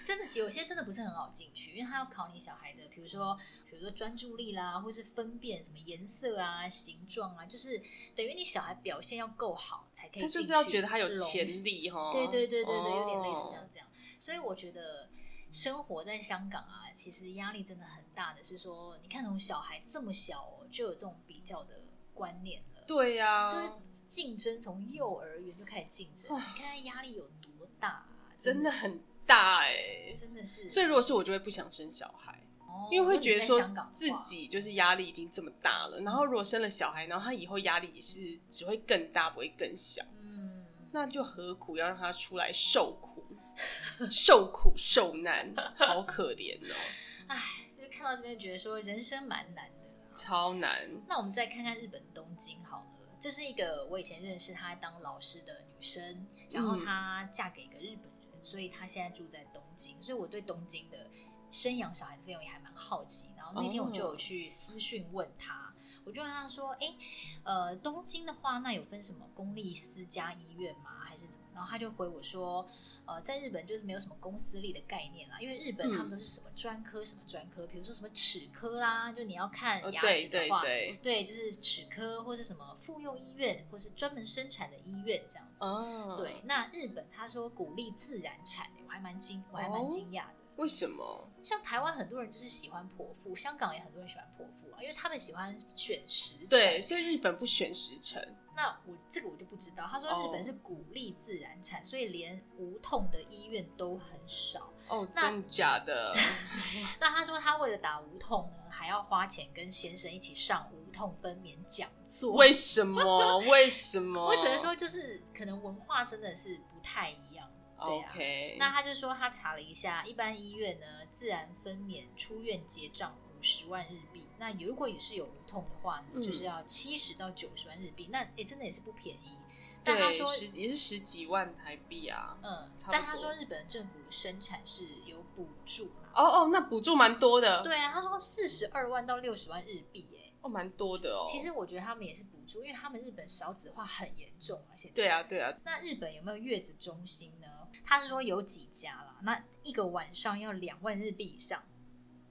Speaker 1: 真的有些真的不是很好进去，因为他要考你小孩的，比如说比如说专注力啦，或是分辨什么颜色啊、形状啊，就是等于你小孩表现要够好才可以
Speaker 2: 他
Speaker 1: 进去。
Speaker 2: 就是要觉得他有潜
Speaker 1: 笼
Speaker 2: 力哦。
Speaker 1: 对对对对对，有点类似
Speaker 2: 哦
Speaker 1: 像这样。所以我觉得生活在香港啊，其实压力真的很大的。是说，你看从小孩这么小哦，就有这种比较的观念了，
Speaker 2: 对啊呀、
Speaker 1: 就是竞争从幼儿园就开始竞争，你看他压力有多大、啊，
Speaker 2: 真
Speaker 1: 的
Speaker 2: 的很大哎、
Speaker 1: 真的是。
Speaker 2: 所以如果是我，就会不想生小孩。
Speaker 1: 哦
Speaker 2: 因为会觉得
Speaker 1: 如果你
Speaker 2: 说
Speaker 1: 在香港的
Speaker 2: 自
Speaker 1: 话
Speaker 2: 己就是压力已经这么大了，然后如果生了小孩，然后他以后压力也是只会更大，不会更小，
Speaker 1: 嗯，
Speaker 2: 那就何苦要让他出来受 苦、受苦受难，好可怜哦，
Speaker 1: 唉，就是看到这边觉得说人生蛮难的啦。
Speaker 2: 超难。
Speaker 1: 那我们再看看日本东京好了，这是一个我以前认识她当老师的女生，然
Speaker 2: 嗯
Speaker 1: 后她嫁给一个日本人，所以她现在住在东京，所以我对东京的生养小孩的费用也还蛮好奇。然后那天我就
Speaker 2: 哦
Speaker 1: 有去私讯问她，我就问她说：“哎、呃，东京的话，那有分什么公立私家医院吗？还是怎么？”然后她就回我说。呃，在日本就是没有什么公私立的概念啦，因为日本
Speaker 2: 嗯
Speaker 1: 他们都是什么专科什么专科，比如说什么齿科啦，就你要看
Speaker 2: 呃，
Speaker 1: 牙
Speaker 2: 对
Speaker 1: 齿的
Speaker 2: 对
Speaker 1: 话，
Speaker 2: 对，
Speaker 1: 对，就是齿科或是什么妇幼医院，或是专门生产的医院这样子。
Speaker 2: 哦，
Speaker 1: 对，，那日本他说鼓励自然产，我还蛮惊，我还蛮
Speaker 2: 哦
Speaker 1: 惊讶的。
Speaker 2: 为什么？
Speaker 1: 像台湾很多人就是喜欢剖腹，香港也很多人喜欢剖腹啊，因为他们喜欢选时辰。
Speaker 2: 对，，所以日本不选时辰，
Speaker 1: 那我这个我就不知道。他说日本
Speaker 2: 哦
Speaker 1: 是鼓励自然产，所以连无痛的医院都很少。
Speaker 2: 哦，
Speaker 1: 那
Speaker 2: 真假 的？
Speaker 1: 那他说他为了打无痛呢，还要花钱跟先生一起上无痛分娩讲座。
Speaker 2: 为什么？为什么？
Speaker 1: 我只能说，就是可能文化真的是不太一样。对啊
Speaker 2: ，OK，
Speaker 1: 那他就说他查了一下，一般医院呢，自然分娩出院结账五十万日币，那如果也是有无痛的话呢，
Speaker 2: 嗯
Speaker 1: 就是要七十到九十万日币，那哎、诶真的也是不便宜。但他
Speaker 2: 对
Speaker 1: 说，
Speaker 2: 十也是十几万台币啊。
Speaker 1: 嗯，
Speaker 2: 差不多
Speaker 1: 但他说日本政府生产是有补助啦。
Speaker 2: 哦哦，那补助蛮多的，
Speaker 1: 对啊，他说四十二万到六十万日币、诶
Speaker 2: 哦，蛮多的哦。
Speaker 1: 其实我觉得他们也是补助，因为他们日本少子化很严重啊，现在。
Speaker 2: 对啊，对啊，
Speaker 1: 那日本有没有月子中心呢？他是说有几家啦，那一个晚上要两万日币以上，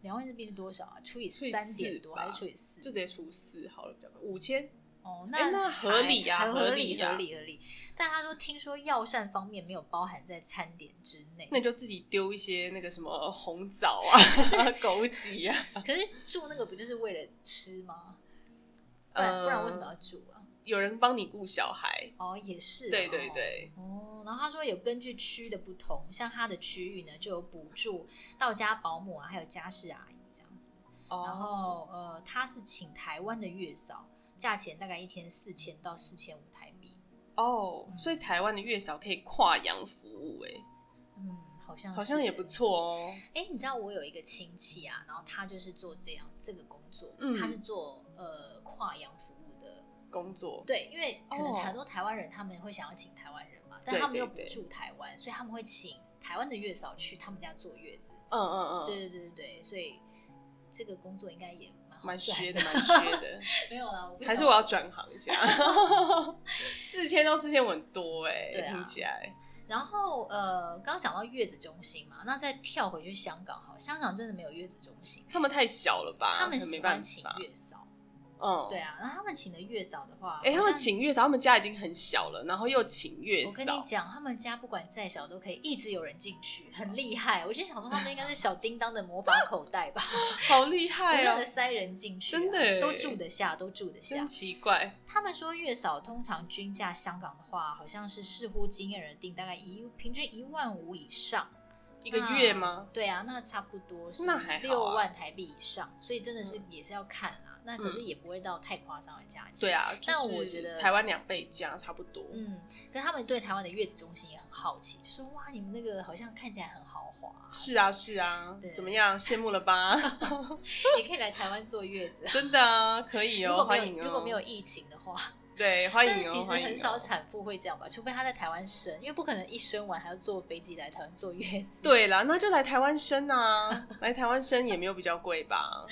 Speaker 1: 两万日币是多少啊？除以
Speaker 2: 除以
Speaker 1: 三
Speaker 2: 四
Speaker 1: 点多
Speaker 2: 吧
Speaker 1: 还是除以四？
Speaker 2: 就直接除四好了，比较快五千。
Speaker 1: 哦，
Speaker 2: 诶那
Speaker 1: 还
Speaker 2: 合理啊
Speaker 1: 还合
Speaker 2: 合理啊
Speaker 1: 合理，合理。但他说，听说药膳方面没有包含在餐点之内，
Speaker 2: 那你就自己丢一些那个什么红枣 啊、 枸杞啊，
Speaker 1: 可是住那个不就是为了吃吗？不然、
Speaker 2: 呃，
Speaker 1: 不然为什么要住啊？
Speaker 2: 嗯有人帮你顾小孩？
Speaker 1: 哦，也是、
Speaker 2: 对对。对，
Speaker 1: 哦，然后他说有根据区的不同，像他的区域呢就有补助到家保姆啊，还有家事阿姨这样子。然
Speaker 2: 哦，
Speaker 1: 后呃，他是请台湾的月嫂，价钱大概一天四千到四千五台币。
Speaker 2: 哦，所以台湾的月嫂可以跨洋服务，哎，
Speaker 1: 嗯，好像
Speaker 2: 好像
Speaker 1: 是
Speaker 2: 也不。错哦。
Speaker 1: 哎，你知道我有一个亲戚啊，然后他就是做这样这个工作，
Speaker 2: 嗯
Speaker 1: 他是做呃跨洋服务的。
Speaker 2: 工作，
Speaker 1: 对，因为可能
Speaker 2: 哦
Speaker 1: 很多台湾人他们会想要请台湾人嘛，但
Speaker 2: 对
Speaker 1: 他们又
Speaker 2: 对
Speaker 1: 不
Speaker 2: 对
Speaker 1: 住台湾，所以他们会请台湾的月嫂去他们家坐月子。
Speaker 2: 嗯嗯嗯，
Speaker 1: 对对对对对，所以这个工作应该也蛮好
Speaker 2: 蛮
Speaker 1: 赚
Speaker 2: 削的，蛮削的。
Speaker 1: 没有啦，我不
Speaker 2: 还是
Speaker 1: 晓
Speaker 2: 我
Speaker 1: 得
Speaker 2: 要转行 一下？四千到四千五很多哎、
Speaker 1: 对啊
Speaker 2: 听起来
Speaker 1: 然后呃，刚刚讲到月子中心嘛，那再跳回去香港好了，香港真的没有月子中心，
Speaker 2: 他们太小了吧？
Speaker 1: 他们
Speaker 2: 可能啊没
Speaker 1: 喜
Speaker 2: 办
Speaker 1: 欢请
Speaker 2: 法。
Speaker 1: 月嫂，
Speaker 2: 嗯，
Speaker 1: 对。啊，那他们请的月嫂的话，
Speaker 2: 哎、
Speaker 1: 好
Speaker 2: 他们
Speaker 1: 像
Speaker 2: 请月嫂，他们家已经很小了，然后又请月
Speaker 1: 我跟你
Speaker 2: 嫂，
Speaker 1: 讲，他们家不管再小都可以一直有人进去，很厉害。我就想说他们应该是小叮当的魔法口袋 吧，
Speaker 2: 好厉
Speaker 1: 不
Speaker 2: 害
Speaker 1: 断
Speaker 2: 哦、
Speaker 1: 的塞人进去啊、
Speaker 2: 真的耶
Speaker 1: 都住得下，都住得下
Speaker 2: 真。奇怪。
Speaker 1: 他们说月嫂通常均价香港的话，好像是似乎经验人定大概一平均一万五以上。
Speaker 2: 一个月吗？
Speaker 1: 对啊，那差不多是
Speaker 2: 那还好啊嗯
Speaker 1: 六万台币以上，所以真的是也是要看啦。那可是也不会到太夸张的价钱。
Speaker 2: 对，啊，就
Speaker 1: 但
Speaker 2: 是
Speaker 1: 嗯我觉得
Speaker 2: 台湾两倍价差不多。
Speaker 1: 嗯，可是他们对台湾的月子中心也很好奇，就说哇，你们那个好像看起来很豪华、
Speaker 2: 是啊，是啊
Speaker 1: 对，
Speaker 2: 怎么样？羡慕 了吧？
Speaker 1: 也可以来台湾坐月子。
Speaker 2: 真的啊，可以
Speaker 1: 如
Speaker 2: 哦、
Speaker 1: 果没
Speaker 2: 欢
Speaker 1: 有
Speaker 2: 迎哦、
Speaker 1: 如果没有疫情的话，
Speaker 2: 对，欢迎
Speaker 1: 但是
Speaker 2: 哦，
Speaker 1: 其实
Speaker 2: 欢迎、哦。
Speaker 1: 很少产妇会这样吧，除非她在台湾生，因为不可能一生完还要坐飞机来台湾坐月子。
Speaker 2: 对啦，那就来台湾生啊， 来台湾生也没有比较贵吧，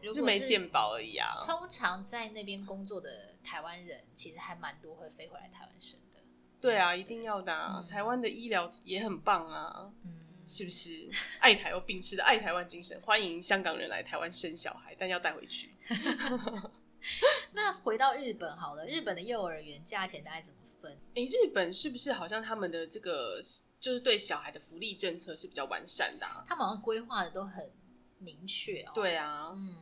Speaker 1: 如
Speaker 2: 就
Speaker 1: 果
Speaker 2: 没
Speaker 1: 是
Speaker 2: 健保而已啊。
Speaker 1: 通常在那边工作的台湾人，其实还蛮多会飞回来台湾生的。
Speaker 2: 对啊，一定要的、啊，
Speaker 1: 嗯
Speaker 2: 台湾的医疗也很棒啊，
Speaker 1: 嗯，
Speaker 2: 是不是？ 爱台湾秉持的爱台湾精神，欢迎香港人来台湾生小孩，但要带回去。
Speaker 1: 那回到日本好了，日本的幼儿园价钱大概怎么分？
Speaker 2: 诶，日本是不是好像他们的这个就是对小孩的福利政策是比较完善的、啊？
Speaker 1: 他们好像规划的都很明确哦。，
Speaker 2: 对啊，
Speaker 1: 嗯，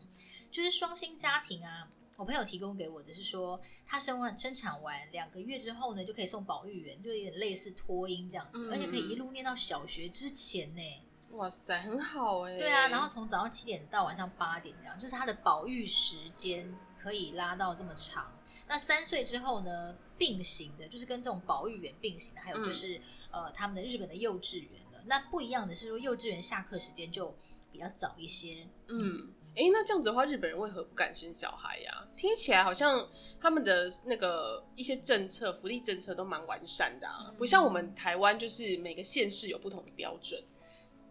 Speaker 1: 就是双薪家庭啊。我朋友提供给我的是说，他生完生产完两个月之后呢，就可以送保育员，就有点类似托婴这样子，
Speaker 2: 嗯
Speaker 1: 而且可以一路念到小学之前呢、
Speaker 2: 哇塞，很好哎、
Speaker 1: 对啊，然后从早上七点到晚上八点这样，就是他的保育时间可以拉到这么长。那三岁之后呢，并行的，就是跟这种保育员并行的，还有
Speaker 2: 嗯
Speaker 1: 就是、呃他们的日本的幼稚园的。那不一样的是说，幼稚园下课时间就比较早一些。
Speaker 2: 嗯，哎、那这样子的话，日本人为何不敢生小孩呀、听起来好像他们的那个一些政策、福利政策都蛮完善的、
Speaker 1: 嗯
Speaker 2: 啊，不像我们台湾，就是每个县市有不同的标准。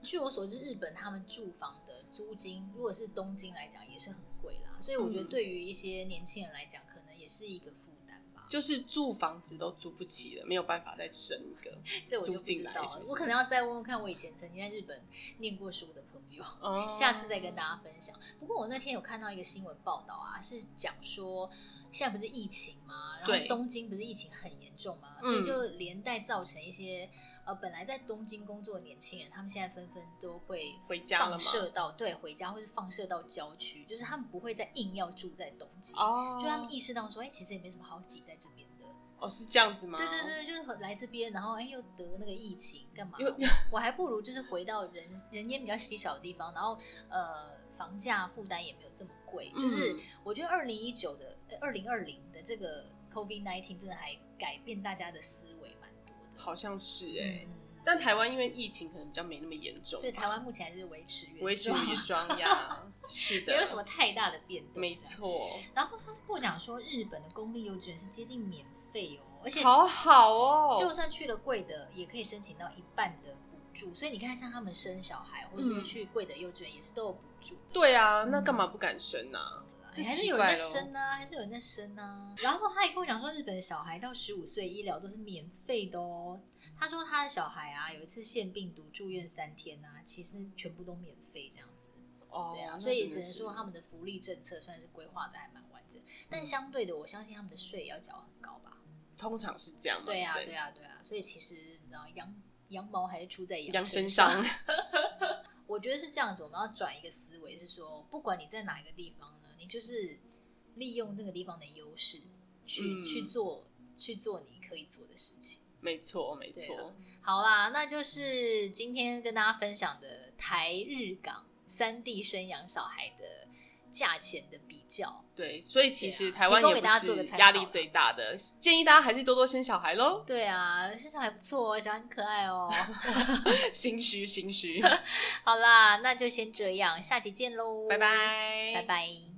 Speaker 1: 据我所知，日本他们住房的租金，如果是东京来讲，也是很贵啦。所以我觉得
Speaker 2: 嗯
Speaker 1: 对于一些年轻人来讲，可能也是一个负担吧。
Speaker 2: 就是住房子都租不起了，没有办法再生一个。
Speaker 1: 这我就
Speaker 2: 租
Speaker 1: 不
Speaker 2: 进
Speaker 1: 知
Speaker 2: 来
Speaker 1: 道
Speaker 2: 是
Speaker 1: 了
Speaker 2: 不，是
Speaker 1: 我可能要再问问看我以前曾经在日本念过书的朋友。
Speaker 2: 哦
Speaker 1: 下次再跟大家分享。不过我那天有看到一个新闻报道啊，是讲说现在不是疫情吗？然
Speaker 2: 对
Speaker 1: 后东京不是疫情很严重吗？
Speaker 2: 嗯
Speaker 1: 所以就连带造成一些呃本来在东京工作的年轻人，他们现在纷纷都会
Speaker 2: 回家了吗
Speaker 1: 放射到对回家，或是放射到郊区，就是他们不会再硬要住在东京，
Speaker 2: 哦，
Speaker 1: 就他们意识到说，哎、其实也没什么好挤在这边的。
Speaker 2: 哦是这样子吗？
Speaker 1: 对对。对，就是来这边，然后哎又得那个疫情，干嘛
Speaker 2: 又？
Speaker 1: 我还不如就是回到人人烟比较稀少的地方，然后呃房价负担也没有这么贵。就是
Speaker 2: 嗯
Speaker 1: 我觉得二零一九的呃二零二零的这个 COVID nineteen 真的还改变大家的思维蛮多的。
Speaker 2: 好像是哎、
Speaker 1: 嗯，
Speaker 2: 但台湾因为疫情可能比较没那么严重吧，
Speaker 1: 所以台湾目前还是维持原
Speaker 2: 维持
Speaker 1: 状
Speaker 2: 原状呀，是的，
Speaker 1: 没有什么太大的变动。
Speaker 2: 没。错，
Speaker 1: 然后他跟我讲说，日本的公立幼稚园是接近免费哦，而且
Speaker 2: 好好哦，
Speaker 1: 就算去了贵的，也可以申请到一半的补助。所以你看，像他们生小孩，或者
Speaker 2: 嗯
Speaker 1: 是去贵的幼稚园，也是都有补助的。
Speaker 2: 对啊，那干嘛不敢生呢、
Speaker 1: 嗯
Speaker 2: 这
Speaker 1: 哎还是
Speaker 2: 奇
Speaker 1: 有人在
Speaker 2: 怪咯
Speaker 1: 生呢、啊还是有人在生呢、然后他还跟我讲说，日本的小孩到十五岁医疗都是免费的哦。他说他的小孩啊，有一次腺病毒住院三天啊，其实全部都免费这样子。
Speaker 2: 哦，
Speaker 1: 对啊，
Speaker 2: 那
Speaker 1: 所以
Speaker 2: 真的
Speaker 1: 只能
Speaker 2: 是
Speaker 1: 说他们的福利政策算是规划的还蛮完整，但
Speaker 2: 嗯
Speaker 1: 相对的，我相信他们的税也要缴很高吧。
Speaker 2: 通常是这样嘛。
Speaker 1: 对啊，
Speaker 2: 不
Speaker 1: 对啊，对啊，所以其实你知道羊羊毛还是出在
Speaker 2: 羊身
Speaker 1: 身
Speaker 2: 上。
Speaker 1: 我觉得是这样子，我们要转一个思维，是说，不管你在哪一个地方呢，你就是利用这个地方的优势去、
Speaker 2: 嗯
Speaker 1: 去做去做你可以做的事情。
Speaker 2: 没错没
Speaker 1: 对啊
Speaker 2: 错。
Speaker 1: 好啦，那就是今天跟大家分享的台日港三地生养小孩的价钱的比较。
Speaker 2: 对，所以其
Speaker 1: 对啊
Speaker 2: 实台湾
Speaker 1: 提供给
Speaker 2: 也不
Speaker 1: 大家做个
Speaker 2: 是
Speaker 1: 参
Speaker 2: 压
Speaker 1: 考
Speaker 2: 力
Speaker 1: 啦。
Speaker 2: 最大的，建议大家还是多多生小孩喽
Speaker 1: 对啊，身上还不错哦，小孩很可爱 哦。
Speaker 2: 心 虚心虚，
Speaker 1: 好啦，那就先这样，下集见喽，
Speaker 2: 拜拜，
Speaker 1: 拜。拜。